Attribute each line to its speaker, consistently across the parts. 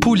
Speaker 1: Pool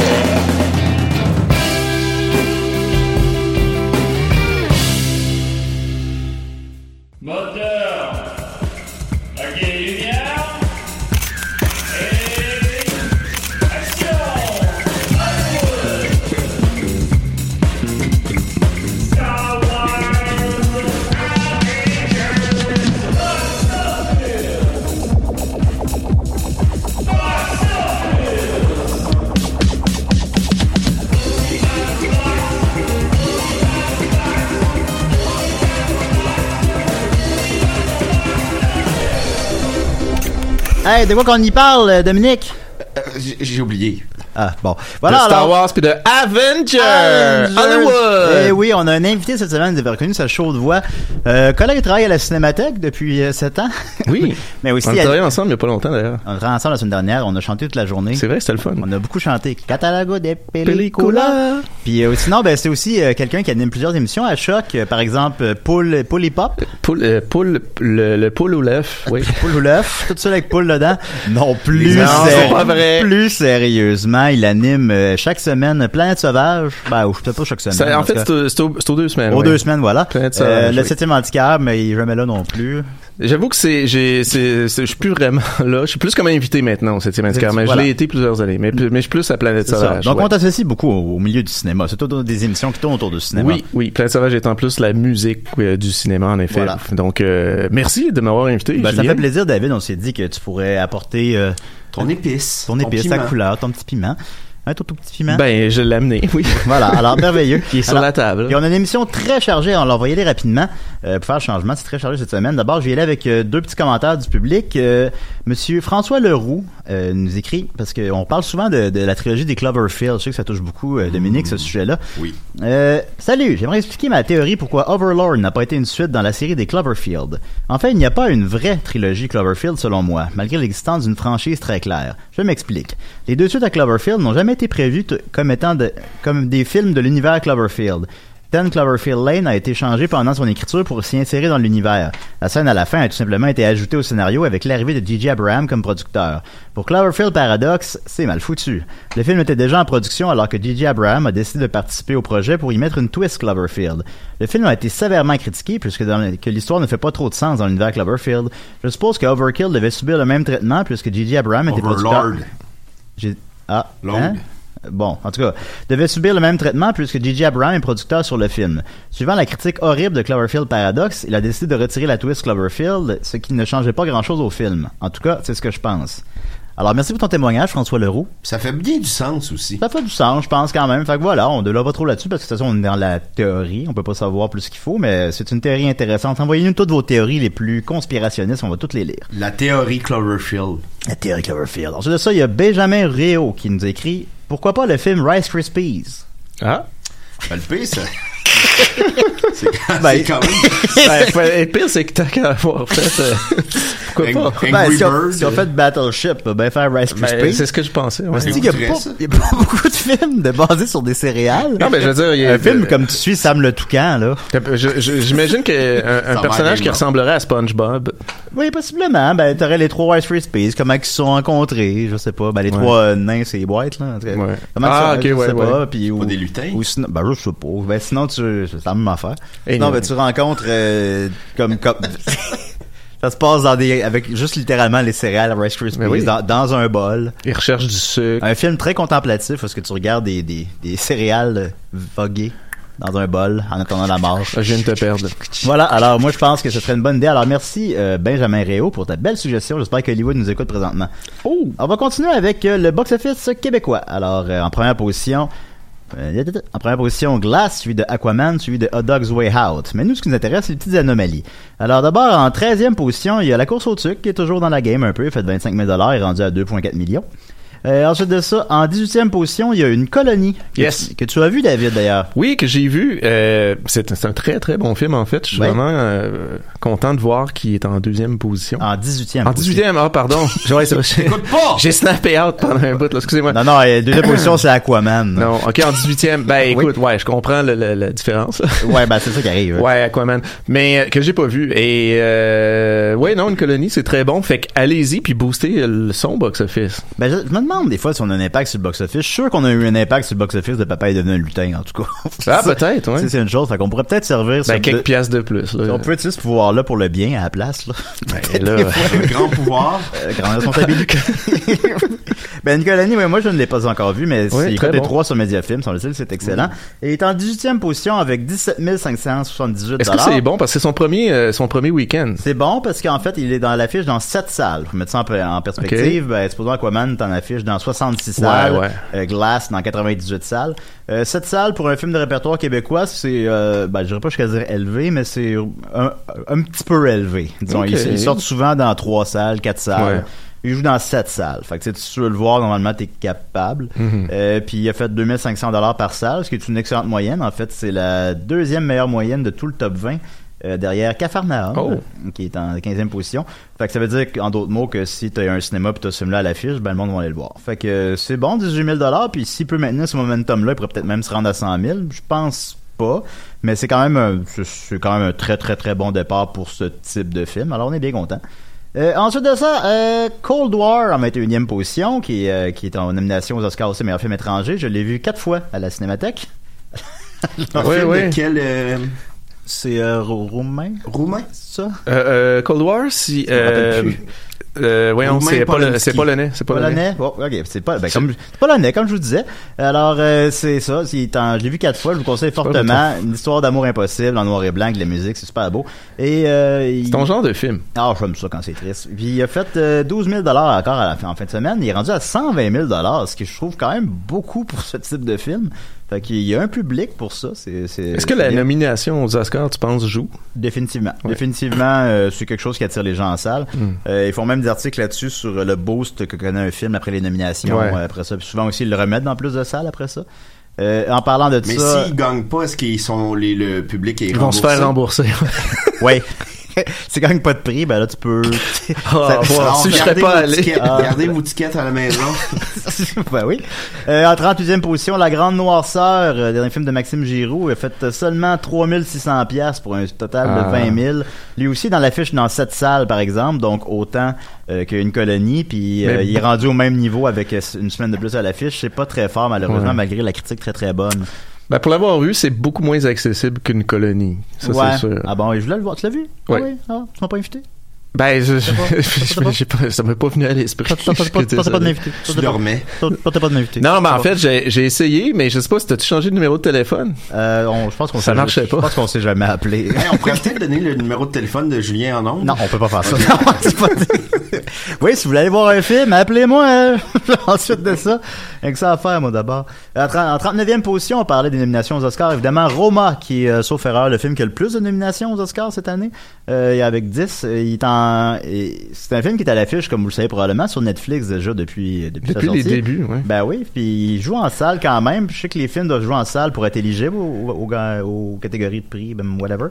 Speaker 2: Moteur Ok, lumière Et... Action
Speaker 3: Hey, de quoi qu'on y parle, euh, Dominique?
Speaker 4: J- J'ai oublié.
Speaker 3: Ah, bon. Voilà,
Speaker 4: de Star
Speaker 3: alors.
Speaker 4: Wars puis de Avenger,
Speaker 3: Avengers.
Speaker 4: Hollywood.
Speaker 3: Eh oui, on a un invité cette semaine, vous avez reconnu sa chaude voix. Euh, collègue travaille à la Cinémathèque depuis 7 ans.
Speaker 4: Oui.
Speaker 3: Mais aussi,
Speaker 4: on a
Speaker 3: elle-
Speaker 4: travaillé ensemble il n'y a pas longtemps d'ailleurs.
Speaker 3: on était ensemble la semaine dernière, on a chanté toute la journée.
Speaker 4: C'est vrai, c'était le fun.
Speaker 3: On a beaucoup chanté Catalogo de Pellicula.
Speaker 4: Pellicula.
Speaker 3: Puis euh, sinon, ben, c'est aussi euh, quelqu'un qui anime plusieurs émissions à choc. euh, par exemple, euh, Poule, Poule Hip Hop,
Speaker 4: Poule, euh, poule- le, le poule ou l'œuf, oui.
Speaker 3: Poule ou l'œuf, tout ça avec Poule dedans. Non, plus,
Speaker 4: Non, c'est
Speaker 3: série-
Speaker 4: pas vrai.
Speaker 3: plus sérieusement, il anime euh, chaque semaine Planète Sauvage. Ben, ou je sais pas chaque semaine.
Speaker 4: Ça- en
Speaker 3: parce que-
Speaker 4: fait, c'est au- c'est au- c'est aux deux semaines.
Speaker 3: Aux
Speaker 4: oui.
Speaker 3: deux semaines, voilà.
Speaker 4: Planète
Speaker 3: Euh,
Speaker 4: Sauvage,
Speaker 3: le
Speaker 4: oui.
Speaker 3: septième antiquaire, mais il est jamais là non plus.
Speaker 4: J'avoue que c'est, j'ai, c'est, c'est- je suis plus vraiment là. Je suis plus comme invité maintenant au 7e Antiquaire, mais
Speaker 3: Voilà. Mm.
Speaker 4: je l'ai été plusieurs années. Mais, plus- mais je suis plus à Planète
Speaker 3: C'est ça.
Speaker 4: Sauvage.
Speaker 3: Donc
Speaker 4: ouais.
Speaker 3: on t'associe beaucoup au, au milieu du cinéma. C'est toutes des émissions qui tournent autour du cinéma.
Speaker 4: Oui, oui. Planète Sauvage est en plus la musique euh, du cinéma, en effet.
Speaker 3: Voilà.
Speaker 4: Donc, euh, merci de m'avoir invité.
Speaker 3: Ben, ça me
Speaker 4: Julien.
Speaker 3: fait plaisir, David. On s'est dit que tu pourrais apporter euh,
Speaker 5: Ton épice.
Speaker 3: ton épice, ta
Speaker 5: piment.
Speaker 3: couleur, ton petit piment. Hein, ton tout petit piment.
Speaker 4: Ben, je l'ai amené, oui.
Speaker 3: Voilà, alors merveilleux.
Speaker 4: Qui est sur
Speaker 3: Alors,
Speaker 4: la table.
Speaker 3: Et on a une émission très chargée, on l'a envoyé aller rapidement euh, pour faire le changement, c'est très chargé cette semaine. D'abord, je vais y aller avec euh, deux petits commentaires du public. Euh, Monsieur François Leroux euh, nous écrit, parce qu'on parle souvent de, de la trilogie des Cloverfield, je sais que ça touche beaucoup euh, Dominique, ce sujet-là.
Speaker 5: Oui.
Speaker 3: Euh, salut, j'aimerais expliquer ma théorie pourquoi Overlord n'a pas été une suite dans la série des Cloverfield. En fait, il n'y a pas une vraie trilogie Cloverfield selon moi, malgré l'existence d'une franchise très claire. Je m'explique. Les deux suites à Cloverfield n'ont jamais été prévues t- comme étant de- comme des films de l'univers Cloverfield. 10 Cloverfield Lane a été changé pendant son écriture pour s'y insérer dans l'univers. La scène à la fin a tout simplement été ajoutée au scénario avec l'arrivée de DJ Abraham comme producteur. Pour Cloverfield Paradox, c'est mal foutu. Le film était déjà en production alors que DJ Abraham a décidé de participer au projet pour y mettre une twist Cloverfield. Le film a été sévèrement critiqué puisque dans le- que l'histoire ne fait pas trop de sens dans l'univers Cloverfield. Je suppose que Overkill devait subir le même traitement puisque DJ Abraham était producteur.
Speaker 5: Overlord.
Speaker 3: J'ai- Ah.
Speaker 5: Long.
Speaker 3: hein? Bon, en tout cas, devait subir le même traitement puisque J.J. Abraham est producteur sur le film. Suivant la critique horrible de Cloverfield Paradox, il a décidé de retirer la twist Cloverfield, ce qui ne changeait pas grand-chose au film. En tout cas, c'est ce que je pense. Alors, merci pour ton témoignage, François Leroux.
Speaker 5: Ça fait bien du sens aussi.
Speaker 3: Ça fait du sens, je pense, quand même. Fait que voilà, on ne développe pas trop là-dessus parce que de toute façon, on est dans la théorie. On peut pas savoir plus qu'il faut, mais c'est une théorie intéressante. Envoyez-nous toutes vos théories les plus conspirationnistes, on va toutes les lire.
Speaker 5: La théorie Cloverfield.
Speaker 3: La théorie Cloverfield. Ensuite de ça, il y a Benjamin Réau qui nous écrit « Pourquoi pas le film Rice Krispies?
Speaker 4: Ah.
Speaker 5: Ben, le pire, ça. c'est quand,
Speaker 3: Ben,
Speaker 5: c'est quand même.
Speaker 4: Ben, faut- le pire, c'est que t'as qu'à avoir fait euh, Pourquoi
Speaker 5: Ang-
Speaker 4: pas?
Speaker 5: Angry
Speaker 3: Ben, si, on,
Speaker 5: Bird,
Speaker 3: si on fait Battleship, ben faire Rice
Speaker 4: Ben,
Speaker 3: Krispies.
Speaker 4: c'est ce que je pensais. ouais.
Speaker 3: On se dit
Speaker 5: Ouais,
Speaker 3: qu'il y a
Speaker 5: on
Speaker 3: pas-
Speaker 5: dirait
Speaker 3: il n'y a, pas beaucoup de films de basés sur des céréales.
Speaker 4: Non, mais je veux dire, il y a-
Speaker 3: Un film comme tu suis Sam le Toucan, là.
Speaker 4: Je- je- J'imagine qu'un
Speaker 5: Ça
Speaker 4: un
Speaker 5: va
Speaker 4: personnage
Speaker 5: aller,
Speaker 4: qui
Speaker 5: non?
Speaker 4: ressemblerait à SpongeBob.
Speaker 3: Oui, possiblement. Ben, t'aurais les trois Rice Krispies, comment ils se sont rencontrés, je sais pas. Ben, les
Speaker 4: Ouais.
Speaker 3: trois euh, nains, c'est les boîtes, là. en tout cas.
Speaker 4: Ouais.
Speaker 3: Comment
Speaker 4: Ah,
Speaker 3: tu
Speaker 4: ok,
Speaker 3: je sais
Speaker 4: ouais,
Speaker 3: pas.
Speaker 4: ouais.
Speaker 3: Puis, ou,
Speaker 5: des lutins?
Speaker 3: Ou sinon, ben, je sais pas. Ben, sinon, tu, c'est la même affaire. non,
Speaker 4: Et Eh, non.
Speaker 3: ben, tu rencontres, euh, comme, comme, ça se passe dans des, avec juste littéralement les céréales Rice Krispies,
Speaker 4: Mais Ben oui.
Speaker 3: dans, dans un bol.
Speaker 4: Il recherche du sucre.
Speaker 3: Un film très contemplatif, parce que tu regardes des, des, des céréales euh, voguer dans un bol en attendant la marche.
Speaker 4: Ah, Je viens de te perdre.
Speaker 3: Voilà, alors moi je pense que ce serait une bonne idée. Alors merci euh, Benjamin Réau pour ta belle suggestion. J'espère que Hollywood nous écoute présentement.
Speaker 4: Oh!
Speaker 3: On va continuer avec euh, le box-office québécois. Alors euh, en première position, euh, en première position Glass, suivi de Aquaman, suivi de Hot Dog's Way Out. Mais nous ce qui nous intéresse, c'est les petites anomalies. Alors d'abord en 13e position, il y a la course au tuc qui est toujours dans la game un peu, fait 25 000 et rendu à 2,4 millions. Euh, ensuite de ça, en 18e position, il y a une colonie que,
Speaker 4: Yes.
Speaker 3: tu, que tu as vu David d'ailleurs.
Speaker 4: Oui, que j'ai vu. euh, c'est c'est un très très bon film en fait. Je suis
Speaker 3: Ouais.
Speaker 4: vraiment euh, content de voir qu'il est en deuxième position.
Speaker 3: En 18e.
Speaker 4: En
Speaker 3: position.
Speaker 4: 18e, ah pardon. Ouais, c'est vrai, j'ai-
Speaker 5: pas!
Speaker 4: J'ai snappé out pendant un bout, là. excusez-moi.
Speaker 3: Non, non, euh, deuxième position, c'est Aquaman.
Speaker 4: Non, ok, en 18e. Ben écoute, ouais, je comprends le- le- la différence. là.
Speaker 3: Ouais, ben c'est ça qui arrive.
Speaker 4: Ouais, Aquaman. Mais euh, que j'ai pas vu. Et euh, ouais, non, une colonie, c'est très bon. Fait que allez-y puis boostez euh, le son box-office.
Speaker 3: Ben, je, je me demande des fois si on a un impact sur le box-office. Je suis sûr qu'on a eu un impact sur le box-office de Papa est devenu un lutin, en tout cas.
Speaker 4: Ah,
Speaker 3: Ça,
Speaker 4: peut-être,
Speaker 3: tu
Speaker 4: ouais.
Speaker 3: sais, C'est une chose, fait qu'on pourrait peut-être servir ce-
Speaker 4: Ben quelques
Speaker 3: de-
Speaker 4: piastres de plus. Là.
Speaker 3: On peut utiliser ce pouvoir-là pour le bien à la place, là.
Speaker 4: Ben, là,
Speaker 5: Un grand pouvoir.
Speaker 3: Euh, grande responsabilité. ben, une colonie, ouais, moi, je ne l'ai pas encore vu, mais
Speaker 4: Ouais,
Speaker 3: c'est
Speaker 4: très
Speaker 3: écouté
Speaker 4: bon.
Speaker 3: trois sur Mediafilm, semble-t-il, c'est excellent. Et il est en 18e position avec 17 578
Speaker 4: Est-ce que c'est bon parce que c'est son premier euh, son premier week-end.
Speaker 3: C'est bon parce qu'en fait, il est dans l'affiche dans 7 salles. Pour mettre ça en, pe- en perspective, ben, supposons Aquaman est en affiche dans 66
Speaker 4: Ouais,
Speaker 3: salles,
Speaker 4: ouais.
Speaker 3: euh, Glass dans 98 salles. Euh, 7 salles pour un film de répertoire québécois, c'est, euh, ben, je dirais pas jusqu'à dire élevé, mais c'est un, un petit peu élevé. Disons,
Speaker 4: Ok.
Speaker 3: ils, ils sortent souvent dans 3 salles, 4 salles.
Speaker 4: Ouais.
Speaker 3: Il joue dans 7 salles. Fait que tu sais, tu veux le voir, normalement, t'es capable.
Speaker 4: Mm-hmm.
Speaker 3: Euh, puis il a fait 2500 dollars par salle, ce qui est une excellente moyenne. En fait, c'est la deuxième meilleure moyenne de tout le top 20, euh, derrière Cafarnaum,
Speaker 4: Oh.
Speaker 3: euh, qui est en 15e position. Fait que ça veut dire, qu'en d'autres mots, que si t'as un cinéma pis t'as ce film-là à l'affiche, ben le monde va aller le voir. Fait que euh, c'est bon, 18 000 dollars. Puis s'il peut maintenir ce momentum-là, il pourrait peut-être même se rendre à 100 000. Je pense pas. Mais c'est quand même un, c'est- c'est quand même un très très très bon départ pour ce type de film. Alors on est bien content. Euh, ensuite de ça, euh, Cold War en 21e position, qui, est, euh, qui est en nomination aux Oscars aussi meilleur film étranger. Je l'ai vu quatre fois à la Cinémathèque.
Speaker 5: Un
Speaker 4: Ouais,
Speaker 5: film
Speaker 4: ouais.
Speaker 5: de quel euh,
Speaker 3: C'est euh, rou- roumain,
Speaker 5: roumain?
Speaker 3: ça?
Speaker 4: Euh, euh, Cold War, si.
Speaker 5: me rappelle
Speaker 4: Euh,
Speaker 5: plus.
Speaker 4: euh, voyons,
Speaker 5: Roumain
Speaker 4: c'est pas le,
Speaker 5: Polanski.
Speaker 4: c'est polonais, c'est polonais.
Speaker 3: Polonais. Oh, ok, c'est pas, ben, comme, c'est polonais, comme je vous disais. Alors, euh, c'est ça. c'est- il est en- je l'ai vu quatre fois. Je vous conseille
Speaker 4: pas
Speaker 3: fortement. Une histoire d'amour impossible en noir et blanc, avec de la musique, c'est super beau. Et euh, il-
Speaker 4: C'est ton genre de film.
Speaker 3: Ah, j'aime ça quand c'est triste. Puis il a fait euh, 12 000 dollars encore à la fin, en fin de semaine. Il est rendu à 120 000 dollars, ce qui je trouve quand même beaucoup pour ce type de film. Fait qu'il y a un public pour ça. C'est, c'est,
Speaker 4: Est-ce que
Speaker 3: c'est
Speaker 4: la
Speaker 3: bien.
Speaker 4: nomination aux Oscars, tu penses, joue
Speaker 3: Définitivement.
Speaker 4: Ouais. Mm.
Speaker 3: Définitivement, euh, c'est quelque chose qui attire les gens en salle. Euh, ils font même des articles là-dessus sur euh, le boost que connaît un film après les nominations.
Speaker 4: Ouais.
Speaker 3: euh, après ça, Puis souvent aussi ils le remettent dans plus de salles après ça. Euh, en parlant de
Speaker 5: Mais
Speaker 3: ça,
Speaker 5: s'ils gagnent pas, est-ce qu'ils sont les, le public est
Speaker 4: Ils vont se faire rembourser.
Speaker 3: ouais, c'est quand même pas de prix. Ben là, tu peux.
Speaker 4: Oh,
Speaker 3: Ça-
Speaker 4: bon,
Speaker 5: Alors,
Speaker 4: si je serais
Speaker 5: gardez
Speaker 4: pas
Speaker 5: vos
Speaker 4: allé. euh,
Speaker 5: tickets-
Speaker 3: Ah.
Speaker 5: Gardez vos tickets à la maison.
Speaker 3: ben oui. Euh, en 38e position, La Grande Noirceur, euh, dernier film de Maxime Giroux, a fait euh, seulement 3600 pièces pour un total
Speaker 4: Ah.
Speaker 3: de 20 000. Lui aussi dans l'affiche dans cette salle, par exemple, donc autant euh, qu'une colonie, puis euh,
Speaker 4: Mais-
Speaker 3: il est rendu au même niveau avec euh, une semaine de plus à l'affiche. C'est pas très fort, malheureusement,
Speaker 4: Ouais.
Speaker 3: malgré la critique très très bonne.
Speaker 4: Ben, pour l'avoir vu, c'est beaucoup moins accessible qu'une colonie. Ça,
Speaker 3: ouais.
Speaker 4: c'est sûr.
Speaker 3: Ah bon, je voulais le voir. Tu l'as vu? Ah
Speaker 4: Ouais.
Speaker 3: oui? Ah, tu m'as pas invité?
Speaker 4: Ben, je,
Speaker 3: sais pas.
Speaker 4: je- j'ai pas- ça m'est pas venu à l'esprit.
Speaker 3: Toi, toi, toi,
Speaker 4: Je suis
Speaker 3: toi, toi, t'as pas de
Speaker 4: désolé.
Speaker 3: m'inviter. Toi,
Speaker 5: tu
Speaker 3: t'as pas-
Speaker 5: dormais.
Speaker 3: toi, toi, t'as pas de m'inviter.
Speaker 4: Non, mais
Speaker 3: Ça
Speaker 4: en
Speaker 3: va.
Speaker 4: fait, j'ai j'ai essayé, mais je sais pas si t'as-tu changé de numéro de téléphone.
Speaker 3: Euh, on- je pense qu'on
Speaker 4: Ça
Speaker 3: s'est-
Speaker 4: marchait pas.
Speaker 3: Je pense qu'on s'est jamais appelé.
Speaker 5: Hey, on pourrait peut-être donner le numéro de téléphone de Julien en ondes.
Speaker 3: Non, on peut pas faire ça. Non, c'est pas- oui, si vous voulez aller voir un film, appelez-moi. hein. Ensuite de ça, rien que ça à faire, moi d'abord. En tra- en 39e position, on parlait des nominations aux Oscars. Évidemment, Roma, qui est, euh, sauf erreur, le film qui a le plus de nominations aux Oscars cette année, euh, et avec 10. euh, Il est en... et C'est un film qui est à l'affiche, comme vous le savez probablement, sur Netflix déjà depuis, euh, depuis, sa
Speaker 4: Depuis les
Speaker 3: sortie.
Speaker 4: débuts, ouais.
Speaker 3: Ben oui, puis il joue en salle quand même. Je sais que les films doivent jouer en salle pour être éligibles aux, aux- aux- aux catégories de prix, ben, whatever.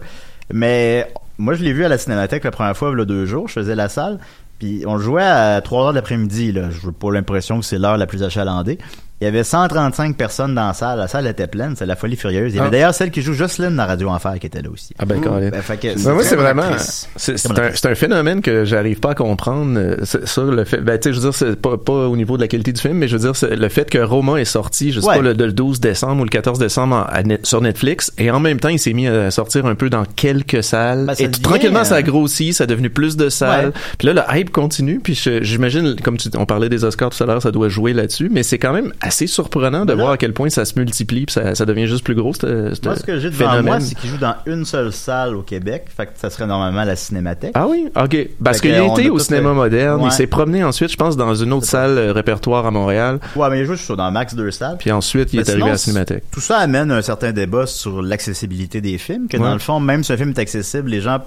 Speaker 3: Mais Moi, je l'ai vu à la Cinémathèque la première fois, il y a deux jours. Je faisais la salle. Puis on le jouait à 3 heures de l'après-midi. là. Je n'ai pas l'impression que c'est l'heure la plus achalandée. Il y avait 135 personnes dans la salle. La salle était pleine. C'est la folie furieuse. Il y avait
Speaker 4: Ah.
Speaker 3: d'ailleurs celle qui joue Jocelyne dans Radio Enfer qui était là aussi.
Speaker 4: Ah ben, carrément.
Speaker 3: Ben, fait que
Speaker 4: Ben, moi, c'est
Speaker 5: Comme
Speaker 4: vraiment.
Speaker 5: l'actrice.
Speaker 4: C'est c'est
Speaker 3: Comme
Speaker 4: un, c'est un phénomène que j'arrive pas à comprendre euh, c'est- sur le fait. Ben, tu sais, je veux dire, c'est pas, pas au niveau de la qualité du film, mais je veux dire, c'est le fait que Roma est sorti, je sais
Speaker 3: Ouais.
Speaker 4: pas, le, le 12 décembre ou le 14 décembre en- à Net- sur Netflix, et en même temps, il s'est mis à sortir un peu dans quelques salles.
Speaker 3: Ben, ça
Speaker 4: et
Speaker 3: devient,
Speaker 4: tranquillement, ça
Speaker 3: euh,
Speaker 4: a grossi, ça a devenu plus de salles.
Speaker 3: Ouais.
Speaker 4: Puis là, le hype continue, puis je- j'imagine, comme tu, on parlait des Oscars tout à l'heure, ça doit jouer là-dessus, mais c'est quand même assez surprenant de voir à quel point ça se multiplie, puis ça, ça devient juste plus gros, ce ce
Speaker 3: Ben Moi, ce que j'ai devant
Speaker 4: phénomène.
Speaker 3: moi, c'est qu'il joue dans une seule salle au Québec. Fait que ça serait normalement la Cinémathèque.
Speaker 4: Ah oui, ok. Parce
Speaker 3: Fait
Speaker 4: qu'il
Speaker 3: que
Speaker 4: a
Speaker 3: on
Speaker 4: été
Speaker 3: a
Speaker 4: au
Speaker 3: tout
Speaker 4: cinéma
Speaker 3: fait.
Speaker 4: moderne, il
Speaker 3: Ouais.
Speaker 4: s'est promené ensuite, je pense, dans une autre salle euh, répertoire à Montréal,
Speaker 3: Ouais, mais il joue sur- dans max deux salles.
Speaker 4: puis ensuite il
Speaker 3: Mais
Speaker 4: est arrivé
Speaker 3: sinon,
Speaker 4: à la Cinémathèque.
Speaker 3: Tout ça amène un certain débat sur l'accessibilité des films, que
Speaker 4: Ouais.
Speaker 3: dans le fond, même si un film est accessible, les gens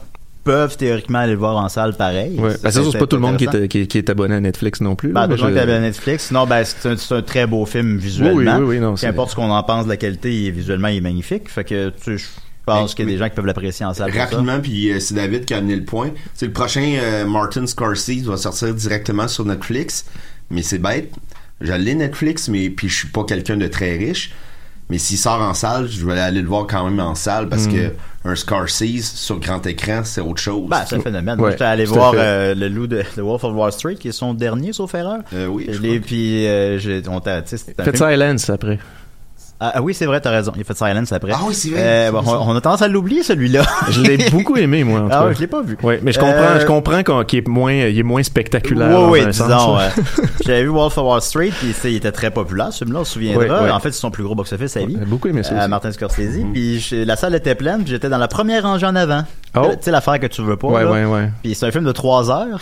Speaker 3: peuvent théoriquement aller le voir en salle pareil.
Speaker 4: Ouais.
Speaker 3: Ça,
Speaker 4: Bah, c'est sûr, c'est pas tout le monde qui
Speaker 3: intéressant.
Speaker 4: est, qui, qui est abonné à Netflix non plus.
Speaker 3: Ben,
Speaker 4: là, mais
Speaker 3: toujours
Speaker 4: je-
Speaker 3: que t'avais Netflix. Sinon, ben, c'est un, c'est un très beau film visuellement.
Speaker 4: Oui, oui, oui, non, c'est-
Speaker 3: Qu'importe ce qu'on en pense de la qualité, il est- visuellement, il est magnifique. Fait que, tu sais, je pense qu'il y a des gens qui peuvent l'apprécier en salle. pour ça.
Speaker 5: Rapidement, puis euh, c'est David qui a amené le point. C'est le prochain euh, Martin Scorsese va sortir directement sur Netflix, mais c'est bête. J'allais Netflix, mais puis je suis pas quelqu'un de très riche. Mais s'il sort en salle, je vais aller le voir quand même en salle parce que un Scorsese sur grand écran, c'est autre chose.
Speaker 3: Ben, c'est un phénomène.
Speaker 4: Ouais,
Speaker 3: Moi, j'étais allé
Speaker 4: tout à
Speaker 3: voir
Speaker 4: fait.
Speaker 3: euh, le loup de The Wolf of Wall Street, qui est son dernier, sauf erreur.
Speaker 5: Euh, oui, je
Speaker 3: Je l'ai, puis, euh, j'ai- on t'a, tu sais, c'est un
Speaker 4: Faites
Speaker 3: film-
Speaker 4: silence après.
Speaker 3: Ah, ah oui, c'est vrai, t'as raison. Il a fait Silence après.
Speaker 5: Ah oui, c'est vrai.
Speaker 3: Euh,
Speaker 5: C'est
Speaker 3: bon,
Speaker 5: vrai,
Speaker 3: on, on a tendance à l'oublier, celui-là.
Speaker 4: Je l'ai beaucoup aimé moi. En tout
Speaker 3: Ah
Speaker 4: cas.
Speaker 3: ouais, je l'ai pas vu.
Speaker 4: Ouais, mais je comprends,
Speaker 3: Euh,
Speaker 4: je comprends qu'on- qu'il est moins, il est moins spectaculaire. dans
Speaker 3: Oui, oui,
Speaker 4: un
Speaker 3: disons.
Speaker 4: sens.
Speaker 3: ouais. J'avais vu Wolf of Wall Street, puis tu sais, il était très populaire, celui-là, on se souviendra.
Speaker 4: Ouais, ouais.
Speaker 3: En fait, c'est son plus gros box-office à vie.
Speaker 4: J'ai beaucoup aimé ça
Speaker 3: À
Speaker 4: aussi. Mm-hmm.
Speaker 3: Martin Scorsese. Puis je- la salle était pleine, puis j'étais dans la première rangée en avant.
Speaker 4: Oh.
Speaker 3: Tu sais, l'affaire que tu veux pas.
Speaker 4: Ouais,
Speaker 3: là.
Speaker 4: ouais, ouais,
Speaker 3: Puis c'est un film de 3 heures.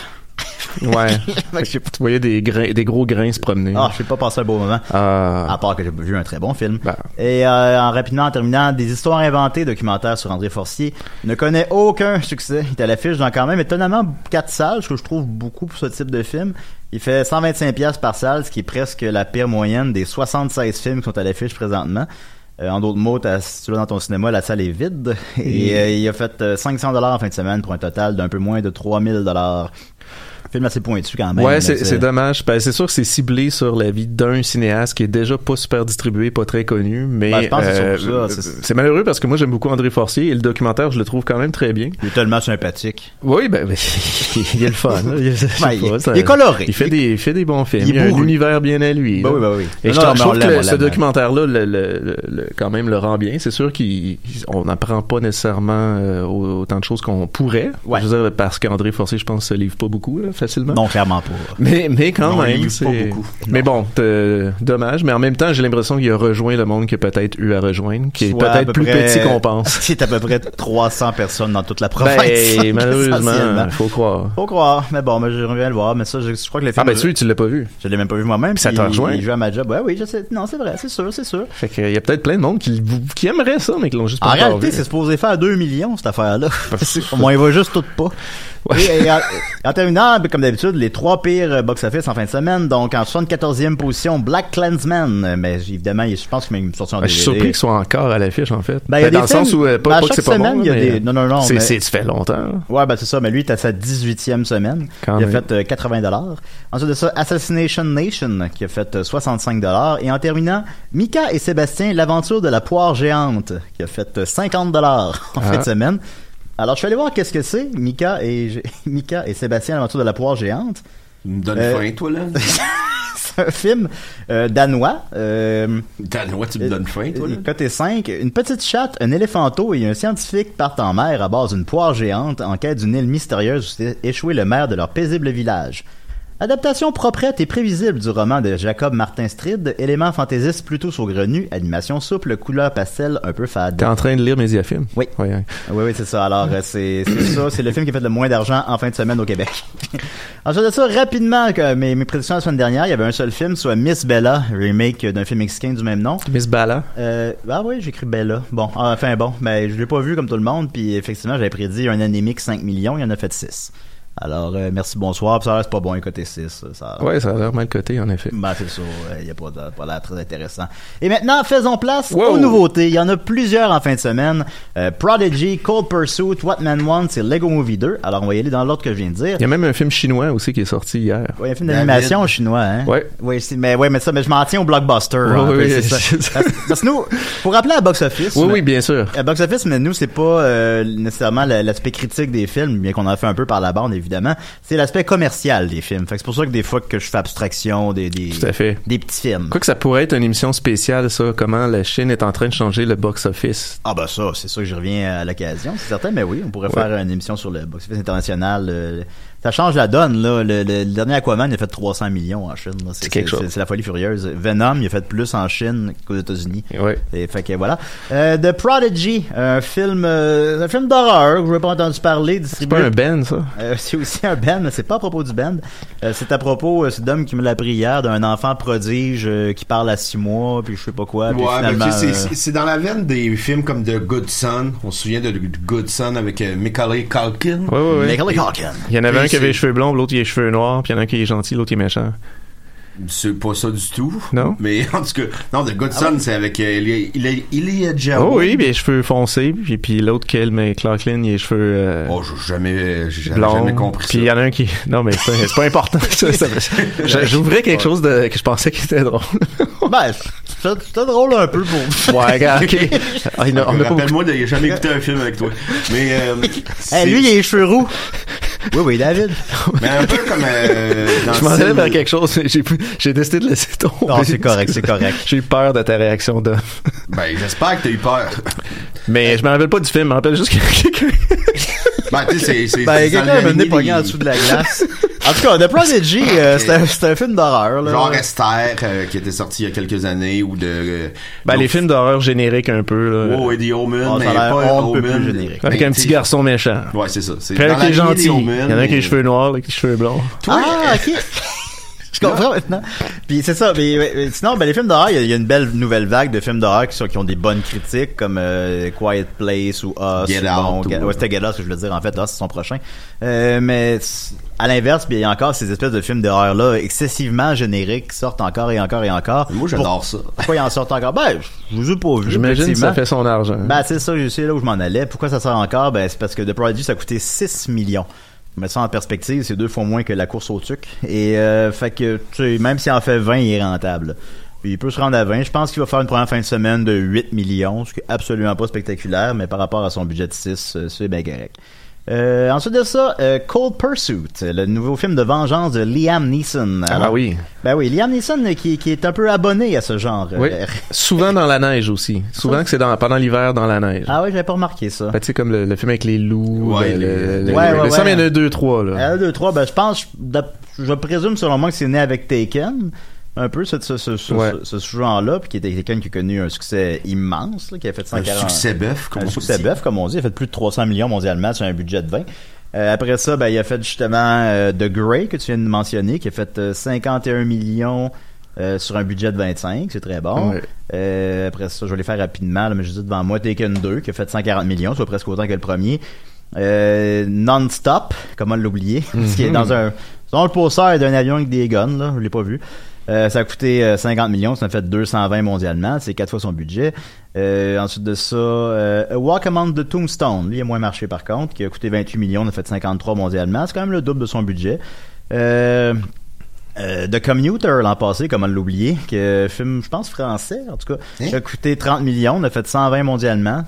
Speaker 4: ouais.
Speaker 3: Fait que j'ai-
Speaker 4: Tu voyais des grains, des gros grains se promener.
Speaker 3: Ah, j'ai pas passé un beau moment.
Speaker 4: Mm. Ah.
Speaker 3: À part que j'ai vu un très bon film.
Speaker 4: Ben.
Speaker 3: Et euh, en rapidement, en terminant, des histoires inventées, documentaires sur André Forcier, ne connaît aucun succès. Il est à l'affiche dans quand même étonnamment quatre salles, ce que je trouve beaucoup pour ce type de film. Il fait 125 pièces par salle, ce qui est presque la pire moyenne des 76 films qui sont à l'affiche présentement. Euh, en d'autres mots, t'as- si tu vas dans ton cinéma, la salle est vide. Et euh, il a fait euh, 500 dollars en fin de semaine pour un total d'un peu moins de 3000 dollars. Film assez pointu quand même.
Speaker 4: Ouais,
Speaker 3: là,
Speaker 4: c'est c'est dommage. Ben, c'est sûr que c'est ciblé sur la vie d'un cinéaste qui est déjà pas super distribué, pas très connu, mais euh,
Speaker 3: Ben, je pense que c'est surtout ça, c'est-
Speaker 4: c'est malheureux parce que moi j'aime beaucoup André Forcier et le documentaire je le trouve quand même très bien.
Speaker 3: Il est tellement sympathique.
Speaker 4: Oui, ben, ben, il est le fun. là. Ben, Il, je sais
Speaker 3: Ouais, il-
Speaker 4: pas, ça-
Speaker 3: il est coloré.
Speaker 4: Il fait des, il fait des bons films.
Speaker 3: Il est
Speaker 4: Il, a un
Speaker 3: bourru.
Speaker 4: univers bien à lui.
Speaker 3: Ben
Speaker 4: là.
Speaker 3: oui, ben oui.
Speaker 4: Et
Speaker 3: Non,
Speaker 4: je,
Speaker 3: non,
Speaker 4: trouve-
Speaker 3: mais
Speaker 4: je
Speaker 3: on
Speaker 4: trouve que
Speaker 3: l'aime,
Speaker 4: le-
Speaker 3: on
Speaker 4: ce
Speaker 3: l'aime.
Speaker 4: documentaire-là, le, le- le- le- quand même, le rend bien. C'est sûr qu'on n'apprend pas nécessairement euh, autant de choses qu'on pourrait.
Speaker 3: Ouais.
Speaker 4: Je veux dire, parce qu'André Forcier, je pense, se livre pas beaucoup là, facilement.
Speaker 3: Non, clairement pas.
Speaker 4: Mais, mais quand
Speaker 5: Non, il
Speaker 4: même,
Speaker 5: livre pas
Speaker 4: c'est-
Speaker 5: beaucoup.
Speaker 4: Mais bon, t'es- dommage. Mais en même temps, j'ai l'impression qu'il a rejoint le monde qu'il a peut-être eu à rejoindre, qui est
Speaker 3: soit à
Speaker 4: peut-être
Speaker 3: peu
Speaker 4: plus
Speaker 3: près-
Speaker 4: petit qu'on pense.
Speaker 3: C'est à peu près 300 personnes dans toute la province.
Speaker 4: Ben, malheureusement,
Speaker 3: essentiellement.
Speaker 4: faut croire.
Speaker 3: Faut croire. Mais bon, mais je reviens le voir. Mais ça, je, je crois que le film.
Speaker 4: Ah ben tu, tu l'as pas vu.
Speaker 3: je l'ai même pas vu moi-même.
Speaker 4: ça
Speaker 3: puis
Speaker 4: te rejoint.
Speaker 3: Il joue à ma job. Ouais, oui, je sais. Non, c'est vrai, c'est sûr, c'est sûr.
Speaker 4: Fait qu'il y a peut-être plein de monde qui, qui aimerait ça, mais qui l'ont juste pas
Speaker 3: En
Speaker 4: encore
Speaker 3: réalité,
Speaker 4: vu.
Speaker 3: c'est supposé faire 2 millions, cette affaire-là.
Speaker 4: possible.
Speaker 3: Au moins, il va juste tout pas.
Speaker 4: Ouais.
Speaker 3: Et, euh, et en, en terminant, ben, comme d'habitude, les trois pires euh, box-office en fin de semaine. Donc, en 74e position, Black Clansman. Euh, Mais évidemment, il- je pense qu'il m'a mis sorti en
Speaker 4: Ben, je suis
Speaker 3: DVD.
Speaker 4: surpris qu'il soit encore à l'affiche, en fait.
Speaker 3: Ben, il y a des
Speaker 4: dans le sens
Speaker 3: films-
Speaker 4: où, euh,
Speaker 3: ben, à
Speaker 4: pas, pas que
Speaker 3: chaque
Speaker 4: c'est pas
Speaker 3: semaine,
Speaker 4: bon,
Speaker 3: il y a
Speaker 4: mais
Speaker 3: des- non, non, non,
Speaker 4: C'est,
Speaker 3: mais-
Speaker 4: c'est, ça fait longtemps. là.
Speaker 3: Ouais, ben c'est ça, mais lui, il est à sa 18e semaine.
Speaker 4: Quand
Speaker 3: il a
Speaker 4: même.
Speaker 3: fait euh, 80 dollars. Ensuite de ça, Assassination Nation, qui a fait euh, 65 dollars. Et en terminant, Mika et Sébastien, l'aventure de la poire géante, qui a fait euh, 50 dollars en
Speaker 4: Ah.
Speaker 3: fin de semaine. Alors, je suis allé voir qu'est-ce que c'est, Mika et, G- Mika et Sébastien, l'aventure de la poire géante.
Speaker 5: Tu me donnes
Speaker 3: Euh,
Speaker 5: faim, toi, là.
Speaker 3: C'est un film euh, danois. Euh,
Speaker 5: Danois, tu me donnes faim, toi, là.
Speaker 3: Côté 5, une petite chatte, un éléphanteau et un scientifique partent en mer à base d'une poire géante en quête d'une île mystérieuse où s'est échoué le maire de leur paisible village. Adaptation proprette et prévisible du roman de Jacob Martin Stride, élément fantaisiste plutôt saugrenu, animation souple, couleur pastel un peu fade.
Speaker 4: T'es en train de lire mes diaphimes?
Speaker 3: Oui.
Speaker 4: Ouais, hein. ouais.
Speaker 3: Oui, oui, c'est ça. Alors, euh, c'est c'est ça. C'est le film qui a fait le moins d'argent en fin de semaine au Québec. Ensuite de ça, rapidement, que mes, mes prédictions la semaine dernière, il y avait un seul film, soit Miss Bella, remake d'un film mexicain du même nom.
Speaker 4: Miss Bala.
Speaker 3: Euh, ah oui, j'ai cru Bella. Bon, ah, enfin bon, mais je l'ai pas vu comme tout le monde, puis effectivement, j'avais prédit un anémique 5 millions, il y en a fait 6. Alors, euh, merci, bonsoir. Puis ça, a l'air, c'est pas bon, côté 6. Ça, a l'air-
Speaker 4: Ouais, ça a l'air mal coté, en effet.
Speaker 3: Ben, c'est ça. Il n'y a pas, de- pas l'air très intéressant. Et maintenant, faisons place
Speaker 4: Wow.
Speaker 3: aux nouveautés. Il y en a plusieurs en fin de semaine. Euh, Prodigy, Cold Pursuit, What Man Wants et Lego Movie 2. Alors, on va y aller dans l'ordre que je viens de dire.
Speaker 4: Il y a même un film chinois aussi qui est sorti hier.
Speaker 3: Ouais, un film d'animation chinois, hein?
Speaker 4: Ouais.
Speaker 3: Oui, c'est- mais, ouais, mais ça, mais je m'en tiens au blockbuster. hein,
Speaker 4: oui,
Speaker 3: c'est
Speaker 4: oui,
Speaker 3: ça.
Speaker 4: c'est ça.
Speaker 3: Parce, parce que nous, pour rappeler à Box Office.
Speaker 4: Oui,
Speaker 3: mais-
Speaker 4: oui, bien sûr.
Speaker 3: à Box Office, Euh, mais nous, c'est pas euh, nécessairement la- l'aspect critique des films, bien qu'on en a fait un peu par la bande, évidemment. C'est l'aspect commercial des films. Fait que c'est pour ça que des fois que je fais abstraction des, des,
Speaker 4: Tout à fait.
Speaker 3: des petits films.
Speaker 4: Quoi que ça pourrait être une émission spéciale, ça, comment la Chine est en train de changer le box-office.
Speaker 3: Ah bah ça, c'est sûr que j'y reviens à l'occasion, c'est certain, mais oui, on pourrait faire une émission sur le box-office international. euh, ça change la donne, là. Le, le- le dernier Aquaman, il a fait 300 millions en Chine. là. C'est
Speaker 4: quelque
Speaker 3: c'est-
Speaker 4: chose.
Speaker 3: c'est la folie furieuse. Venom, il a fait plus en Chine qu'aux États-Unis.
Speaker 4: Ouais.
Speaker 3: Et fait que voilà. Euh, The Prodigy, un film, euh, un film d'horreur que je n'ai pas entendu parler,
Speaker 4: C'est
Speaker 3: distribué
Speaker 4: pas un Ben, ça?
Speaker 3: euh, c'est aussi un band, mais c'est pas à propos du band. Euh, c'est à propos euh, c'est d'homme qui me l'a pris hier, d'un enfant prodige euh, qui parle à six mois, puis je sais pas quoi. Puis
Speaker 5: Ouais, mais
Speaker 3: finalement,
Speaker 5: tu sais,
Speaker 3: euh,
Speaker 5: c'est- c'est c'est dans la veine des films comme The Good Son. On se souvient de The Good Son avec euh, Macaulay Culkin.
Speaker 4: Ouais, Oh, ouais, ouais.
Speaker 3: Macaulay Culkin.
Speaker 4: Il y en avait
Speaker 5: Puis
Speaker 4: un qui avait
Speaker 5: c'est-
Speaker 4: les cheveux blonds, l'autre il a les cheveux noirs, puis il y en a un qui est gentil, l'autre il est méchant.
Speaker 5: C'est pas ça du tout.
Speaker 4: Non?
Speaker 5: Mais en tout cas, non, The Good Son, c'est avec euh, Eli- Eli- Elijah
Speaker 4: Oh
Speaker 5: Wood.
Speaker 4: oui, bien les cheveux foncés, puis, puis l'autre qui est le Clarklin, il a les cheveux euh,
Speaker 5: Oh, j'ai jamais, j'ai jamais-
Speaker 4: blonds.
Speaker 5: jamais compris
Speaker 4: puis il y
Speaker 5: ça.
Speaker 4: en a un qui... Non, mais c'est pas, c'est pas important. ça, ça- je- J'ouvrais quelque chose de, que je pensais qui était drôle.
Speaker 3: Ben, c'est- c'était drôle un peu pour.
Speaker 4: ouais, regarde, ok. Ah, il y en a- on n'a pas beaucoup.
Speaker 5: Rappelle-moi, de- j'ai jamais écouté un film avec toi. Mais euh, c'est-
Speaker 3: Hey, Eh, lui, il a les cheveux roux. Oui, oui, David.
Speaker 5: mais un peu comme euh, dans
Speaker 4: Je m'en allais
Speaker 5: Sin-
Speaker 4: vers quelque chose, mais j'ai pu- j'ai décidé de laisser tomber.
Speaker 3: Non, c'est correct, c'est correct.
Speaker 4: J'ai eu peur de ta réaction, Dom.
Speaker 5: Ben, j'espère que t'as eu peur.
Speaker 4: Mais je me rappelle pas du film, je me rappelle juste que quelqu'un...
Speaker 5: Ben, tu sais, c'est- c'est.
Speaker 3: Ben,
Speaker 5: c'est dans
Speaker 3: quelqu'un m'a
Speaker 5: l'année
Speaker 3: mené pogné
Speaker 5: des-
Speaker 3: en dessous de la glace. En tout cas, The Prodigy, euh, c'est un- c'est un, film d'horreur, là.
Speaker 5: Genre Esther, euh, qui était sorti il y a quelques années, ou de. euh,
Speaker 4: Ben, les
Speaker 5: d'autres-
Speaker 4: films d'horreur génériques un peu, là.
Speaker 5: Wow, et The Omen,
Speaker 3: Ah, ça a
Speaker 5: mais
Speaker 3: l'air
Speaker 5: pas
Speaker 3: on ne peut
Speaker 5: Omen.
Speaker 3: plus générique.
Speaker 4: Avec
Speaker 5: Ben,
Speaker 4: un
Speaker 5: tu
Speaker 4: petit
Speaker 5: sais,
Speaker 4: garçon méchant.
Speaker 5: Ouais, c'est ça. C'est
Speaker 4: Puis un
Speaker 5: dans
Speaker 4: qui est
Speaker 5: la lignée
Speaker 4: gentil.
Speaker 5: des euh,
Speaker 4: Il y en a un qui
Speaker 5: mais-
Speaker 4: a les cheveux noirs, l'autre qui a les cheveux blonds.
Speaker 3: Ah, ok. Je comprends maintenant. Puis c'est ça. Mais, mais- mais sinon, ben, les films d'horreur, il y a- il y, a une belle nouvelle vague de films d'horreur qui, sont- qui ont des bonnes critiques, comme euh, Quiet Place ou Us.
Speaker 5: Get
Speaker 3: ou
Speaker 5: Out,
Speaker 3: Ga-
Speaker 5: ou-
Speaker 3: ouais, c'était Get Out, ce que je voulais dire. En fait, Us, c'est son prochain. Euh, mais c'est- à l'inverse, puis il y a encore ces espèces de films d'horreur-là excessivement génériques qui sortent encore et encore et encore.
Speaker 5: Moi, j'adore ça. Euh,
Speaker 3: Pour- Pourquoi ils en sortent encore? Ben, je vous ai pas vu.
Speaker 4: J'imagine que ça
Speaker 3: effectivement.
Speaker 4: fait son argent.
Speaker 3: Ben, c'est ça, c'est là où je m'en allais. Pourquoi ça sort encore? Ben, c'est parce que The Prodigy, ça a coûté 6 millions. Mais ça en perspective, c'est deux fois moins que la course au tuc. Et euh, fait que, tu sais, même s'il en fait 20, il est rentable. Puis il peut se rendre à 20. Je pense qu'il va faire une première fin de semaine de 8 millions, ce qui est absolument pas spectaculaire, mais par rapport à son budget de 6, euh, c'est bien correct. Euh, ensuite de ça, euh, Cold Pursuit, le nouveau film de vengeance de Liam Neeson.
Speaker 4: ah,
Speaker 3: Alors-
Speaker 4: oui.
Speaker 3: Ben oui, Liam Neeson euh, qui, qui est un peu abonné à ce genre.
Speaker 4: Oui.
Speaker 3: euh,
Speaker 4: Souvent dans la neige aussi. Souvent que c'est dans, pendant l'hiver dans la neige.
Speaker 3: Ah oui, j'avais pas remarqué ça.
Speaker 4: Ben, tu sais, comme le, le film avec les loups.
Speaker 5: Ouais,
Speaker 4: le- le,
Speaker 5: les-
Speaker 4: le-
Speaker 3: Ouais,
Speaker 4: le-
Speaker 3: ouais,
Speaker 4: ça,
Speaker 3: ouais.
Speaker 4: il y en a deux, trois, là.
Speaker 3: Un, deux, trois, ben, je pense, d'ap- je présume selon moi que c'est né avec Taken, un peu ce, ce, ce, ce,
Speaker 4: Ouais.
Speaker 3: ce- ce genre-là, puis qui était quelqu'un qui a connu un succès immense, là, qui a fait
Speaker 5: Un
Speaker 3: 140...
Speaker 5: succès bœuf, comme
Speaker 3: un
Speaker 5: on
Speaker 3: succès
Speaker 5: dit.
Speaker 3: bœuf, comme on dit, il a fait plus de 300 millions mondialement sur un budget de 20. Euh, après ça, ben, il a fait justement euh, The Grey, que tu viens de mentionner, qui a fait euh, 51 millions euh, sur un budget de 25, c'est très bon.
Speaker 4: Ouais.
Speaker 3: Euh, après ça, je vais les faire rapidement, là, mais je dis devant moi, Taken 2, qui a fait 140 millions, soit presque autant que le premier. Euh, Non-Stop, comment l'oublier, parce qu'il est dans un... Dans le posseur d'un avion avec des guns, là, je l'ai pas vu. Euh, ça a coûté euh, 50 millions, ça en fait 220 mondialement, c'est quatre fois son budget. Euh, ensuite de ça, euh, A Walk Among the Tombstone, lui il a moins marché par contre, qui a coûté 28 millions, on a fait 53 mondialement, c'est quand même le double de son budget. Euh, euh, The Commuter l'an passé, comment l'oublier, que euh, film, je pense, français, en tout cas,
Speaker 4: Hein?
Speaker 3: qui a coûté 30 millions, on a fait 120 mondialement.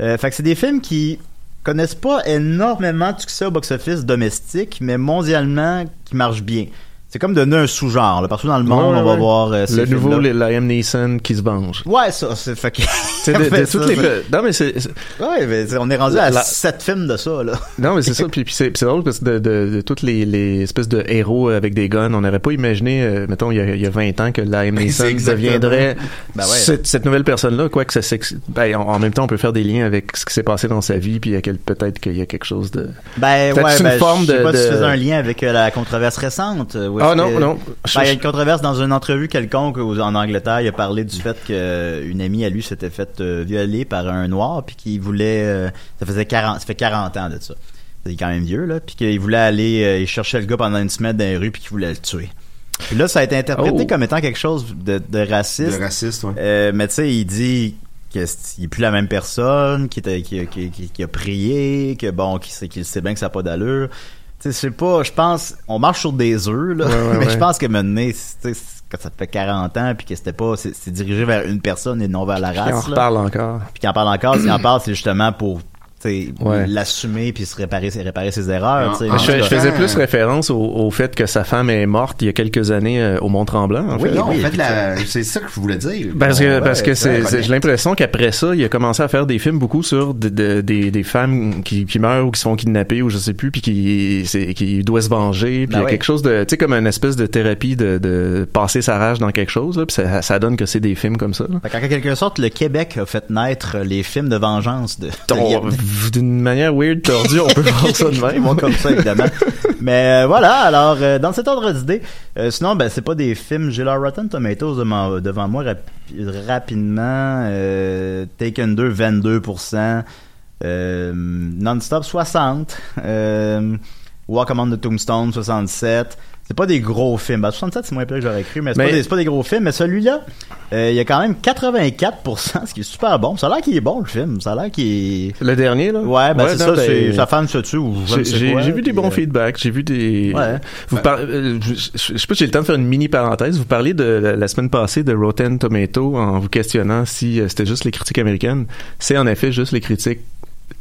Speaker 3: Euh, fait que c'est des films qui connaissent pas énormément de succès au box-office domestique, mais mondialement, qui marchent bien. C'est comme donner un sous-genre, là. partout dans le monde,
Speaker 4: Ouais,
Speaker 3: on va
Speaker 4: ouais.
Speaker 3: voir euh, ces
Speaker 4: Le nouveau
Speaker 3: films-là.
Speaker 4: les- Liam Neeson qui se venge.
Speaker 3: Ouais, ça, c'est fait que...
Speaker 4: Tu sais, de- de
Speaker 3: fait
Speaker 4: toutes
Speaker 3: ben, ça,
Speaker 4: les-
Speaker 3: ça.
Speaker 4: Non, mais c'est, c'est-
Speaker 3: Ouais, mais c'est- on est rendu à
Speaker 4: La-
Speaker 3: sept films de ça, là.
Speaker 4: non, mais c'est ça. Puis, puis c'est, puis c'est drôle parce que de, de, de toutes les, les espèces de héros avec des guns, on n'aurait pas imaginé, euh, mettons, il y, a, il y a 20 ans que Liam Neeson
Speaker 5: exactement-
Speaker 4: deviendrait
Speaker 3: Ben ouais.
Speaker 4: cette, cette nouvelle personne-là, quoi que ça s'ex- ben, en, en même temps, on peut faire des liens avec ce qui s'est passé dans sa vie, puis il y a quel- peut-être qu'il y a quelque chose de...
Speaker 3: Ben
Speaker 4: Peut-être
Speaker 3: ouais,
Speaker 4: c'est une
Speaker 3: ben,
Speaker 4: forme
Speaker 3: je sais
Speaker 4: de-
Speaker 3: pas si tu
Speaker 4: de-
Speaker 3: faisais un lien avec euh, la controverse récente. euh, où
Speaker 4: Ah
Speaker 3: est-ce
Speaker 4: non,
Speaker 3: que-
Speaker 4: non.
Speaker 3: Ben, il y a une controverse dans une entrevue quelconque aux- en Angleterre. Il a parlé du fait qu'une amie à lui s'était faite euh, violer par un noir puis qu'il voulait. euh, ça faisait 40, ça fait 40 ans de ça. il est quand même vieux, là, puis qu'il voulait aller euh, il cherchait le gars pendant une semaine dans les rues, puis qu'il voulait le tuer. Puis là, ça a été interprété
Speaker 4: Oh.
Speaker 3: comme étant quelque chose de, de raciste.
Speaker 5: De raciste, ouais.
Speaker 3: Euh, mais tu sais, il dit qu'il n'est plus la même personne, qu'il était- qu'il a- qu'il- qu'il- qu'il a prié, que bon, qu'il sait, qu'il sait bien que ça n'a pas d'allure. Tu sais, je sais pas, je pense, on marche sur des œufs, là,
Speaker 4: Ouais, ouais,
Speaker 3: mais
Speaker 4: ouais.
Speaker 3: je pense que maintenant, tu sais, c'est- quand ça fait 40 ans, puis que c'était pas, c'est c'est dirigé vers une personne et non vers la
Speaker 4: Puis on en
Speaker 3: race, là.
Speaker 4: reparle encore.
Speaker 3: puis qu'il en parle encore, s'il en parle, c'est justement pour tu sais,
Speaker 4: Ouais.
Speaker 3: l'assumer puis se réparer, se réparer ses erreurs. tu sais.
Speaker 5: Ah,
Speaker 3: En
Speaker 4: Je,
Speaker 3: tout
Speaker 4: je
Speaker 3: cas,
Speaker 4: faisais
Speaker 5: Ah.
Speaker 4: plus référence au, au fait que sa femme est morte il y a quelques années euh, au Mont-Tremblant, en
Speaker 5: Oui,
Speaker 4: fait.
Speaker 5: non,
Speaker 3: oui,
Speaker 5: en fait, la- c'est ça que je voulais dire.
Speaker 4: Parce que,
Speaker 3: Ouais,
Speaker 4: parce que
Speaker 3: ouais,
Speaker 4: c'est,
Speaker 5: ouais.
Speaker 4: c'est- j'ai l'impression qu'après ça, il a commencé à faire des films beaucoup sur de- de- des, des femmes qui, qui meurent ou qui se font kidnapper ou je sais plus, puis qui, c'est, qui doit se venger. Puis
Speaker 3: Ben
Speaker 4: il y a
Speaker 3: ouais.
Speaker 4: quelque chose de, tu sais, comme une espèce de thérapie de, de passer sa rage dans quelque chose, là, puis ça, ça donne que c'est des films comme ça. là.
Speaker 3: fait qu'en quelque sorte, le Québec a fait naître les films de vengeance de, de
Speaker 4: On-
Speaker 3: Vietnam.
Speaker 4: d'une manière weird, tordue, on peut voir ça de
Speaker 3: Ils
Speaker 4: même.
Speaker 3: vont comme ça, évidemment. Mais euh, voilà, alors, euh, dans cet ordre d'idée, euh, sinon, ben, c'est pas des films. J'ai leur Rotten Tomatoes devant, devant moi rapi- rapidement. euh, Taken 2, 22%. Euh, Non-Stop, 60. Euh, Walk Among the Tombstone, 67. C'est pas des gros films. Ben, 67, c'est moins pire que j'aurais cru, mais c'est
Speaker 4: Mais-
Speaker 3: pas, des- c'est pas des gros films. Mais celui-là, euh, il y a quand même 84%, ce qui est super bon. Ça a l'air qu'il est bon, le film. Ça a l'air qu'il est...
Speaker 4: Le dernier, là?
Speaker 3: Ouais, ben c'est ça,
Speaker 4: non, ben,
Speaker 3: c'est sa femme se tue ou je ne
Speaker 4: J'ai
Speaker 3: sais
Speaker 4: j'ai-
Speaker 3: quoi,
Speaker 4: j'ai vu des
Speaker 3: puis,
Speaker 4: bons
Speaker 3: euh,
Speaker 4: feedbacks, j'ai vu des.
Speaker 3: Ouais. Ben,
Speaker 4: Vous par- euh, je, je- je sais pas si j'ai le temps de faire une mini parenthèse. Vous parlez de la, la semaine passée de Rotten Tomato en vous questionnant si euh, c'était juste les critiques américaines. C'est en effet juste les critiques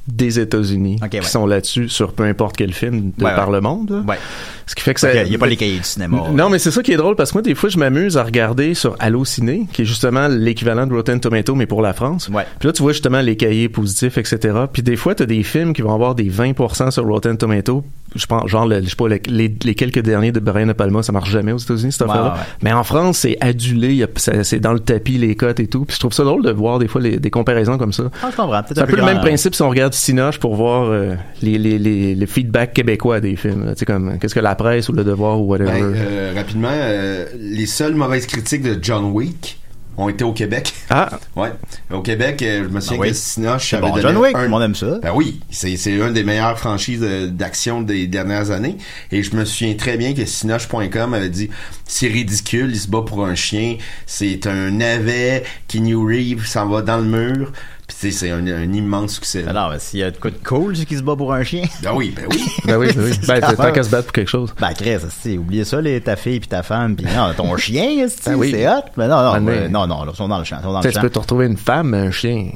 Speaker 4: des États-Unis
Speaker 3: Ok, ouais.
Speaker 4: qui sont là-dessus sur peu importe quel film de
Speaker 3: Ouais, ouais.
Speaker 4: par le monde. là.
Speaker 3: Ouais.
Speaker 4: Ce qui fait que ça.
Speaker 3: Il n'y a pas les cahiers du cinéma. Ah
Speaker 4: Non, mais c'est ça qui est drôle parce que moi, des fois, je m'amuse à regarder sur Allociné, qui est justement l'équivalent de Rotten Tomato, mais pour la France.
Speaker 3: Ouais.
Speaker 4: Puis là, tu vois justement les cahiers positifs, etc. Puis des fois, tu as des films qui vont avoir des 20% sur Rotten Tomato. Je pense, genre, le- je sais pas, le- les, les quelques derniers de Brian De Palma, ça marche jamais aux États-Unis, cette
Speaker 3: Ouais,
Speaker 4: affaire-là.
Speaker 3: ouais.
Speaker 4: Mais en France, c'est adulé, il y a- ça- c'est dans le tapis, les cotes et tout. Puis je trouve ça drôle de voir des fois les- des comparaisons comme ça.
Speaker 3: Ah, je comprends. Peut-être
Speaker 4: C'est un peu le
Speaker 3: grand,
Speaker 4: même
Speaker 3: euh,
Speaker 4: principe si on regarde Cinoche pour voir euh, les, les, les, le feedback québécois des films. là. Tu sais, comme, qu'est-ce que la presse ou le devoir ou whatever.
Speaker 5: Ben, euh, rapidement, euh, les seules mauvaises critiques de John Wick ont été au Québec.
Speaker 4: Ah,
Speaker 5: Ouais. Au Québec, euh, je me souviens
Speaker 3: Ah oui.
Speaker 5: que Sinoche
Speaker 3: C'est
Speaker 5: avait
Speaker 3: bon,
Speaker 5: donné
Speaker 3: John Wick, tout
Speaker 5: un-
Speaker 3: le monde aime ça.
Speaker 5: Ben oui, c'est c'est une des meilleures franchises euh, d'action des dernières années. Et je me souviens très bien que Sinoche.com avait dit c'est ridicule, il se bat pour un chien, c'est un navet, Keanu Reeves s'en va dans le mur. Puis tu sais, c'est un, un immense succès. là.
Speaker 3: Alors, ben, s'il y a de quoi de cool, c'est qui se bat pour un chien.
Speaker 5: Ben oui, ben oui.
Speaker 4: ben oui, ben oui.
Speaker 3: C'est
Speaker 4: Ben,
Speaker 3: quand
Speaker 4: c'est tant
Speaker 3: même-
Speaker 4: qu'à se battre pour quelque chose.
Speaker 3: Ben, Chris, c'est oubliez ça, les, ta fille puis ta femme, puis non, ton chien, c'est
Speaker 4: Ah oui.
Speaker 3: c'est hot. Mais non, non,
Speaker 4: Ah, mais-
Speaker 3: euh, non, non, là, ils sont dans le champ, ils sont dans
Speaker 4: Tu
Speaker 3: le
Speaker 4: sais,
Speaker 3: champ,
Speaker 4: tu peux te retrouver une femme, un chien.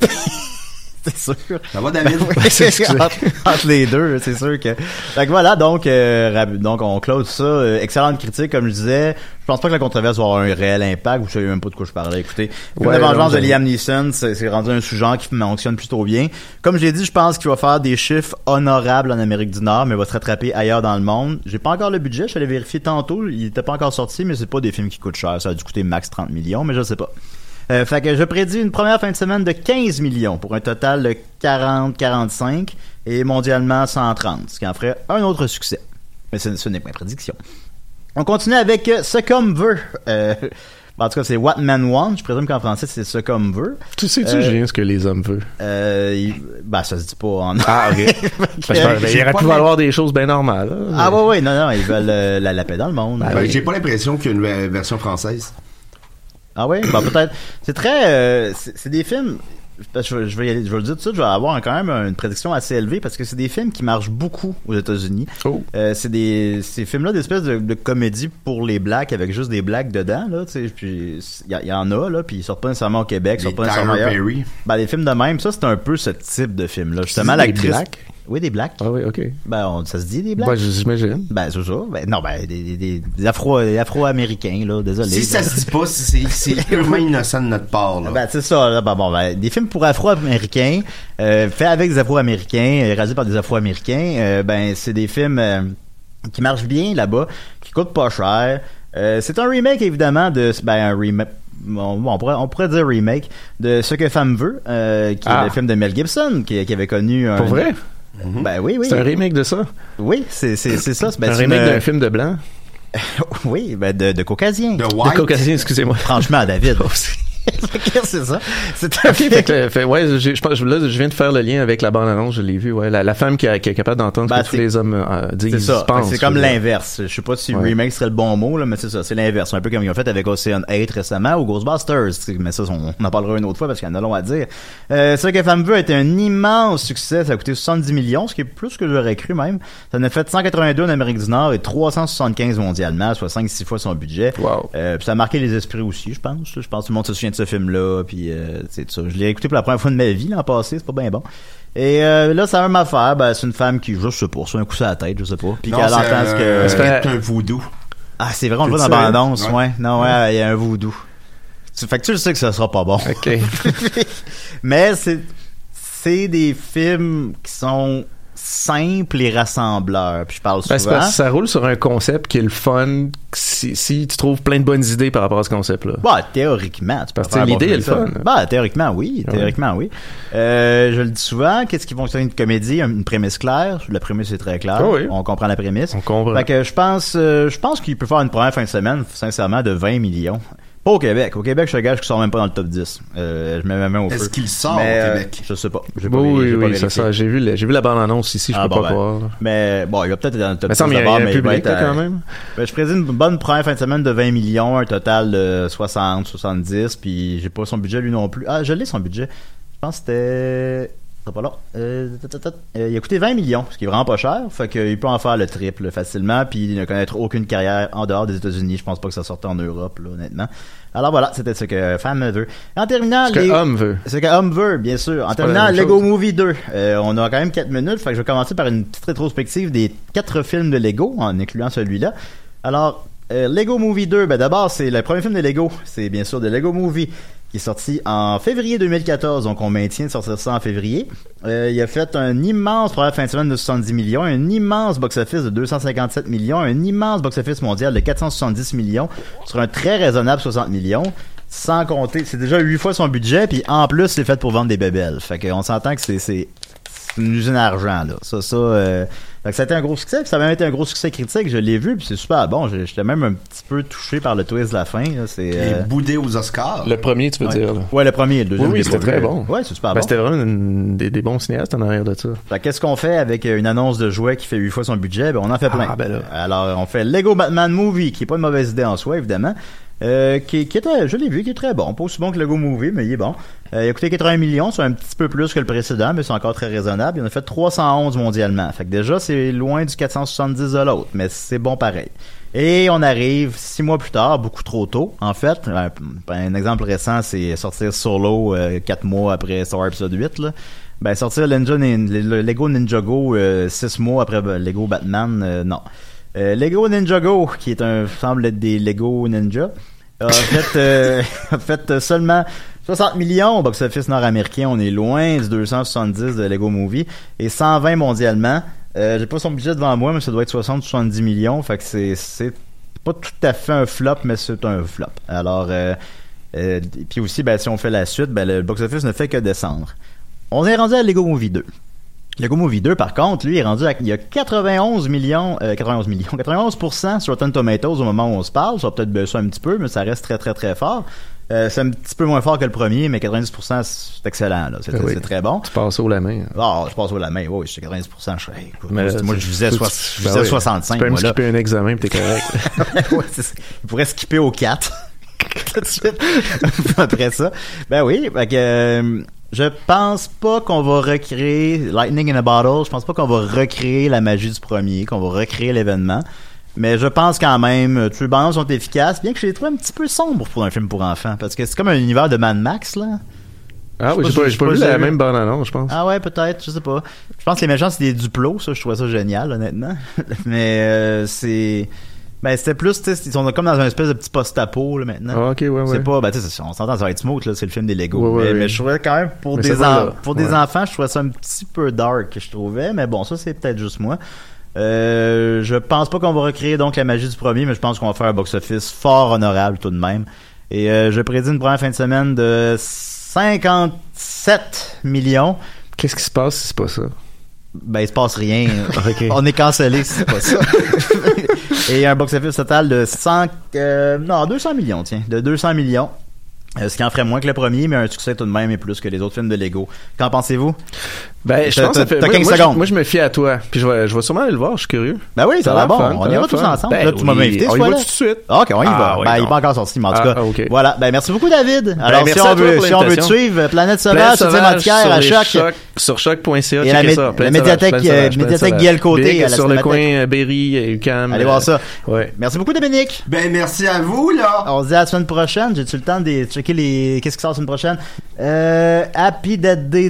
Speaker 3: c'est sûr.
Speaker 5: Ça va, David?
Speaker 3: entre, entre les deux, c'est sûr que. Fait que voilà, donc, euh, rap- donc on close ça. Euh, excellente critique, comme je disais. Je pense pas que la controverse va avoir un réel impact. Vous savez même pas de quoi je parlais. Écoutez, Comme
Speaker 4: Ouais,
Speaker 3: la vengeance
Speaker 4: non,
Speaker 3: de Liam
Speaker 4: j'avoue.
Speaker 3: Neeson, c'est c'est rendu un sous-genre qui fonctionne plutôt bien. Comme j'ai dit, je pense qu'il va faire des chiffres honorables en Amérique du Nord, mais va se rattraper ailleurs dans le monde. J'ai pas encore le budget. Je suis allé vérifier tantôt. Il était pas encore sorti, mais c'est pas des films qui coûtent cher. Ça a dû coûter max 30 millions, mais je sais pas. Euh, fait que je prédis une première fin de semaine de 15 millions pour un total de 40-45 et mondialement 130, ce qui en ferait un autre succès. Mais ce, ce n'est pas une prédiction. On continue avec euh, Ce comme veut. Euh, en tout cas, c'est What Man Wants. Je présume qu'en français, c'est Ce comme veut.
Speaker 4: Tu sais-tu,
Speaker 3: Euh,
Speaker 4: Julien, ce que les hommes veulent?
Speaker 3: Euh, il- ben, ça se dit pas en.
Speaker 4: Ah, ok.
Speaker 3: que, euh,
Speaker 4: ben, il aurait
Speaker 5: pas
Speaker 4: pu
Speaker 5: mal-
Speaker 4: valoir des choses bien normales. hein. là.
Speaker 3: Ah, ouais, ouais, non, non, ils veulent euh, la, la paix dans le monde.
Speaker 4: Ah
Speaker 5: Ben, J'ai pas l'impression qu'il y a une ver- version française.
Speaker 3: Ah oui, bah peut-être. C'est très, euh, c'est c'est des films. parce que Je, je vais y aller, je vais le dire tout de suite, je vais avoir quand même une prédiction assez élevée parce que c'est des films qui marchent beaucoup aux États-Unis.
Speaker 4: Oh.
Speaker 3: Euh, c'est des ces films-là d'espèces de, de comédie pour les blacks avec juste des blacks dedans là, tu sais, puis il y, a- il y en a là, puis ils sortent pas nécessairement au Québec,
Speaker 5: Les
Speaker 3: ils sortent pas nécessairement
Speaker 5: Tyler
Speaker 3: ailleurs.
Speaker 5: Perry.
Speaker 3: Ben, des films de même, ça c'est un peu ce type de film là, justement
Speaker 4: des
Speaker 3: l'actrice.
Speaker 4: blacks?
Speaker 3: Oui, des blacks.
Speaker 4: Ah oui, ok.
Speaker 3: Ben on- ça se dit des blacks.
Speaker 4: Ben, j'imagine.
Speaker 3: Ben c'est ça. Ben, non, ben des, des- des, des afro des afro-américains là, désolé.
Speaker 5: Si ça se dit pas, c'est c'est purement innocent de notre part. Là.
Speaker 3: Ben, c'est ça. Là, ben, bon, ben, des films pour Afro-Américains, euh, faits avec des Afro-Américains, euh, réalisés par des Afro-Américains, euh, ben, c'est des films euh, qui marchent bien là-bas, qui coûtent pas cher. Euh, c'est un remake, évidemment, de... Ben, un remake... On, on pourrait, on pourrait dire remake de Ce que femme veut, euh, qui
Speaker 4: Ah.
Speaker 3: est le film de Mel Gibson, qui, qui avait connu un...
Speaker 4: Pour vrai?
Speaker 3: Ben oui, oui.
Speaker 4: C'est un remake de ça?
Speaker 3: Oui, c'est c'est- c'est ça. Ben,
Speaker 4: un
Speaker 3: c'est
Speaker 4: remake
Speaker 3: une-
Speaker 4: d'un film de blanc?
Speaker 3: Oui, ben, de, de Caucasien.
Speaker 5: The
Speaker 4: De
Speaker 5: White.
Speaker 4: caucasien, excusez-moi.
Speaker 3: Franchement, David. Qu'est-ce que c'est ça? C'est un film.
Speaker 4: Fait que, fait- ouais, j'ai- je pense- je- là, je viens de faire le lien avec la bande-annonce, je l'ai vu, ouais. La, la femme qui, a- qui est capable d'entendre
Speaker 3: Ben,
Speaker 4: ce que tous
Speaker 3: c'est-
Speaker 4: les hommes euh, disent,
Speaker 3: C'est ça.
Speaker 4: pensent.
Speaker 3: C'est comme
Speaker 4: je veux dire.
Speaker 3: l'inverse. Je sais pas si
Speaker 4: Ouais.
Speaker 3: remake serait le bon mot, là, mais c'est ça. C'est l'inverse. Un peu comme ils ont fait avec Ocean 8 récemment ou Ghostbusters. tu sais, Mais ça, on, on en parlera une autre fois parce qu'il y en a long à dire. Euh, c'est vrai que Femme Vue a été un immense succès. Ça a coûté 70 millions, ce qui est plus que j'aurais cru même. Ça en a fait 182 en Amérique du Nord et 375 mondialement, soit 5-6 fois son budget.
Speaker 4: Wow.
Speaker 3: Euh, puis ça a marqué les esprits aussi, je pense. Je pense que tout le monde se souvient de ce film-là. Puis euh, c'est tout ça. Je l'ai écouté pour la première fois de ma vie l'an passé. C'est pas bien bon. Et euh, là, c'est la même affaire. Ben, c'est une femme qui, je sais pas, soit un coup sur la tête, je sais pas. Puis
Speaker 5: Non,
Speaker 3: qu'elle
Speaker 5: c'est
Speaker 3: entend
Speaker 5: un-
Speaker 3: ce que.
Speaker 5: C'est
Speaker 4: fait-
Speaker 5: un voodoo.
Speaker 3: Ah, c'est vrai, on le voit dans
Speaker 4: C'est
Speaker 3: la
Speaker 4: ça,
Speaker 3: bande-annonce, ouais.
Speaker 5: ouais.
Speaker 3: Non, ouais, il y a un voodoo. Tu- Fait que tu le sais que ça sera pas bon. Mais c'est, c'est des films qui sont simples et rassembleurs. Puis je parle
Speaker 4: Ben, c'est
Speaker 3: souvent.
Speaker 4: parce que ça roule sur un concept qui est le fun si, si tu trouves plein de bonnes idées par rapport à ce concept-là.
Speaker 3: Bah, théoriquement, tu peux
Speaker 4: Parce que
Speaker 3: faire
Speaker 4: l'idée est le
Speaker 3: ça.
Speaker 4: fun.
Speaker 3: Bah, théoriquement, oui.
Speaker 4: Ouais.
Speaker 3: Théoriquement, oui. Euh, je le dis souvent, qu'est-ce qui fonctionne une comédie? Une prémisse claire. La prémisse est très claire.
Speaker 4: Ah oui.
Speaker 3: On comprend la prémisse.
Speaker 4: On comprend.
Speaker 3: Fait que je pense, euh, je pense qu'il peut faire une première fin de semaine, sincèrement, de 20 millions. Pas au Québec. Au Québec, je te gage qu'ils sont même pas dans le top 10. Euh, je mets ma main au feu.
Speaker 5: Est-ce qu'il sort
Speaker 3: Mais,
Speaker 5: au
Speaker 3: euh,
Speaker 5: Québec?
Speaker 3: Je sais pas. J'ai
Speaker 4: Oui,
Speaker 3: pas vé-
Speaker 4: oui,
Speaker 3: j'ai pas
Speaker 4: oui, ça,
Speaker 3: vérifié.
Speaker 4: ça, j'ai vu, le- j'ai vu la bande-annonce ici, je
Speaker 3: Ah,
Speaker 4: peux
Speaker 3: bon,
Speaker 4: pas
Speaker 3: ben.
Speaker 4: croire.
Speaker 3: Mais bon, il va peut-être être dans le top
Speaker 4: Mais
Speaker 3: 10
Speaker 4: ça me semble qu'il y a-
Speaker 3: d'abord,
Speaker 4: il y a
Speaker 3: mais
Speaker 4: un
Speaker 3: il va
Speaker 4: public
Speaker 3: être
Speaker 4: là, quand
Speaker 3: à-
Speaker 4: même.
Speaker 3: ben, je prédis une bonne première fin de semaine de 20 millions, un total de 60, 70, puis j'ai pas son budget lui non plus. Ah, je l'ai son budget. Je pense que c'était. c'est pas long. Euh, tut, tut, tut. Euh, il a coûté 20 millions, ce qui est vraiment pas cher. Fait qu'il peut en faire le triple facilement, puis il ne connaître aucune carrière en dehors des États-Unis. Je pense pas que ça sortait en Europe, là, honnêtement. Alors voilà, c'était ce que femme veut. En terminant,
Speaker 4: Ce que
Speaker 3: les-
Speaker 4: homme veut.
Speaker 3: c'est que Homme veut, bien sûr. En
Speaker 4: pas
Speaker 3: terminant,
Speaker 4: la même
Speaker 3: Lego
Speaker 4: chose.
Speaker 3: Movie 2. Euh, on a quand même 4 minutes, fait que je vais commencer par une petite rétrospective des quatre films de Lego, en incluant celui-là. Alors, euh, Lego Movie 2, ben d'abord, c'est le premier film de Lego. C'est bien sûr de Lego Movie, qui est sorti en février 2014, donc on maintient de sortir ça en février. Euh, il a fait un immense première fin de semaine de 70 millions, un immense box-office de 257 millions, un immense box-office mondial de 470 millions, sur un très raisonnable 60 millions sans compter, c'est déjà huit fois son budget, puis en plus, c'est fait pour vendre des bébelles. Fait qu'on s'entend que c'est, c'est, c'est une usine à argent, là. Ça, ça, euh, fait que ça a été un gros succès, puis ça a même été un gros succès critique, je l'ai vu, puis c'est super bon. J'ai- J'étais même un petit peu touché par le twist de la fin, là. C'est,
Speaker 5: Il
Speaker 3: euh,
Speaker 5: est boudé aux Oscars.
Speaker 4: Le premier, tu veux
Speaker 3: ouais.
Speaker 4: dire, là.
Speaker 3: Ouais, le premier et le deuxième.
Speaker 4: Oui, oui,
Speaker 3: des
Speaker 4: c'était
Speaker 3: trois.
Speaker 4: très bon.
Speaker 3: Ouais, c'est super Ah
Speaker 4: Ben,
Speaker 3: bon.
Speaker 4: C'était vraiment une- des, des bons cinéastes en arrière de ça.
Speaker 3: Fait que Qu'est-ce qu'on fait avec euh, une annonce de jouet qui fait huit fois son budget? Ben, on en fait plein.
Speaker 4: Ah, ben là.
Speaker 3: Alors, on fait Lego Batman Movie, qui est pas une mauvaise idée en soi, évidemment. Euh, qui, qui était, je l'ai vu, qui est très bon. Pas aussi bon que Lego Movie, mais il est bon. Euh, il a coûté 80 millions, c'est un petit peu plus que le précédent, mais c'est encore très raisonnable. Il en a fait 311 mondialement. Fait que déjà, c'est loin du 470 de l'autre, mais c'est bon pareil. Et on arrive six mois plus tard, beaucoup trop tôt, en fait. Un, un exemple récent, c'est sortir Solo euh, quatre mois après Star Wars Episode 8, là. Ben, sortir Ninja Nin- le Lego Ninjago euh, six mois après ben, Lego Batman, euh, non. Euh, Lego Ninjago, qui est un semble être des Lego Ninja, a fait, euh, a fait euh, seulement 60 millions au box-office nord-américain. On est loin du 270 de Lego Movie et 120 mondialement. Euh, J'ai pas son budget devant moi, mais ça doit être 60-70 millions. Fait que c'est- c'est pas tout à fait un flop, mais c'est un flop. Alors, euh, euh, d- puis aussi, ben, si on fait la suite, ben, le box-office ne fait que descendre. On est rendu à Lego Movie 2. Lego Movie 2, par contre, lui, est rendu à, il y a 91 millions, euh, 91 millions, 91% sur Rotten Tomatoes au moment où on se parle. Ça va peut-être baisser un petit peu, mais ça reste très, très, très fort. Euh, c'est un petit peu moins fort que le premier, mais 90%, c'est excellent, là. C'est
Speaker 4: Ah oui.
Speaker 3: c'est très bon.
Speaker 4: Tu passes haut la main.
Speaker 3: Ah, je passe au la main. Oui, je suis 90%. Je, hey, écoute,
Speaker 4: Mais
Speaker 3: moi,
Speaker 4: là,
Speaker 3: moi,
Speaker 4: tu-
Speaker 3: je visais,
Speaker 4: tu-
Speaker 3: soi-
Speaker 4: tu-
Speaker 3: je visais
Speaker 4: ben oui.
Speaker 3: 65.
Speaker 4: Tu peux même
Speaker 3: moi, là.
Speaker 4: skipper un examen pis t'es correct.
Speaker 3: Ouais, c'est ça. il pourrait skipper au 4 tout de suite après ça. Ben oui, fait que, euh, je pense pas qu'on va recréer Lightning in a Bottle, je pense pas qu'on va recréer la magie du premier, qu'on va recréer l'événement. Mais je pense quand même, tu les bandes sont efficaces, bien que je les trouve un petit peu sombres pour un film pour enfants, parce que c'est comme un univers de Mad Max, là.
Speaker 4: Ah oui,
Speaker 3: Je sais
Speaker 4: j'ai
Speaker 3: pas
Speaker 4: pas,
Speaker 3: si- je sais
Speaker 4: j'ai pas vu
Speaker 3: pas
Speaker 4: la
Speaker 3: si-
Speaker 4: même bande-annonce, je pense.
Speaker 3: Ah ouais, peut-être, je sais pas. Je pense que les méchants, c'est des duplos, ça, je trouvais ça génial, honnêtement. Mais euh, c'est... Ben, c'était plus, tu sais, ils sont comme dans un espèce de petit post-apo, là, maintenant.
Speaker 4: Ah, ok, ouais, ouais.
Speaker 3: C'est pas, ben, tu sais, c'est- on s'entend, ça va être smooth, là, c'est le film des Lego.
Speaker 4: Ouais, ouais,
Speaker 3: mais,
Speaker 4: ouais.
Speaker 3: mais je trouvais quand même, pour,
Speaker 4: Mais
Speaker 3: des,
Speaker 4: ça va,
Speaker 3: en-
Speaker 4: là.
Speaker 3: pour des
Speaker 4: Ouais.
Speaker 3: enfants, je trouvais ça un petit peu dark, je trouvais. Mais bon, ça, c'est peut-être juste moi. Euh, je pense pas qu'on va recréer donc la magie du premier, mais je pense qu'on va faire un box-office fort honorable tout de même. Et euh, je prédis une première fin de semaine de 57 millions.
Speaker 4: Qu'est-ce qui se passe si c'est pas ça?
Speaker 3: Ben, il se passe rien.
Speaker 4: Ok.
Speaker 3: On est cancellé, c'est pas ça. Et un box-office total de 100, euh, non, 200 millions, tiens, de 200 millions. Euh, ce qui en ferait moins que le premier, mais un succès tout de même et plus que les autres films de Lego. Qu'en pensez-vous?
Speaker 4: Ben, je
Speaker 3: T'as-
Speaker 4: pense que ça
Speaker 3: t'as-
Speaker 4: fait-
Speaker 3: t'as
Speaker 4: moi,
Speaker 3: 15
Speaker 4: moi, je-
Speaker 3: secondes.
Speaker 4: moi, je me fie à toi. Puis je vais, je vais sûrement aller le voir, je suis curieux.
Speaker 3: Ben oui, ça,
Speaker 4: Ça a
Speaker 3: va
Speaker 4: l'air
Speaker 3: bon. on
Speaker 4: fun, ça a
Speaker 3: ira
Speaker 4: l'air
Speaker 3: tous
Speaker 4: fun.
Speaker 3: ensemble.
Speaker 4: Ben
Speaker 3: là, tu m'as
Speaker 4: oui,
Speaker 3: invité ce
Speaker 4: on y
Speaker 3: fois-là.
Speaker 4: va tout de suite.
Speaker 3: Ok, on y
Speaker 4: Ah,
Speaker 3: va.
Speaker 4: oui,
Speaker 3: ben, il
Speaker 4: non.
Speaker 3: n'est pas encore sorti, mais en tout
Speaker 4: Ah,
Speaker 3: cas.
Speaker 4: ok.
Speaker 3: Voilà. Ben, merci beaucoup, David. Alors,
Speaker 4: merci
Speaker 3: si on
Speaker 4: à toi
Speaker 3: veut,
Speaker 4: pour
Speaker 3: si on veut te
Speaker 4: l'invitation.
Speaker 3: suivre, Planète
Speaker 4: Plein
Speaker 3: Sauvage, c'est
Speaker 4: sauvage
Speaker 3: matière à
Speaker 4: les
Speaker 3: choc.
Speaker 4: chocs- sur choc.ca.
Speaker 3: Et la
Speaker 4: checkez
Speaker 3: mé-
Speaker 4: ça,
Speaker 3: la
Speaker 4: plein de
Speaker 3: médiathèque,
Speaker 4: sauvage,
Speaker 3: euh,
Speaker 4: plein de sauvage, plein de
Speaker 3: médiathèque
Speaker 4: sauvage.
Speaker 3: Guy Lecoté à
Speaker 4: Big
Speaker 3: la
Speaker 4: sur le
Speaker 3: cinémathèque.
Speaker 4: coin, euh, Berry et UCAM.
Speaker 3: Allez
Speaker 4: euh,
Speaker 3: voir ça.
Speaker 4: Ouais.
Speaker 3: Merci beaucoup, Dominique.
Speaker 5: Ben, merci à vous, là.
Speaker 3: On se dit à la semaine prochaine. J'ai-tu le temps de checker les. Qu'est-ce qui sort la semaine prochaine? Euh, Happy Dead Day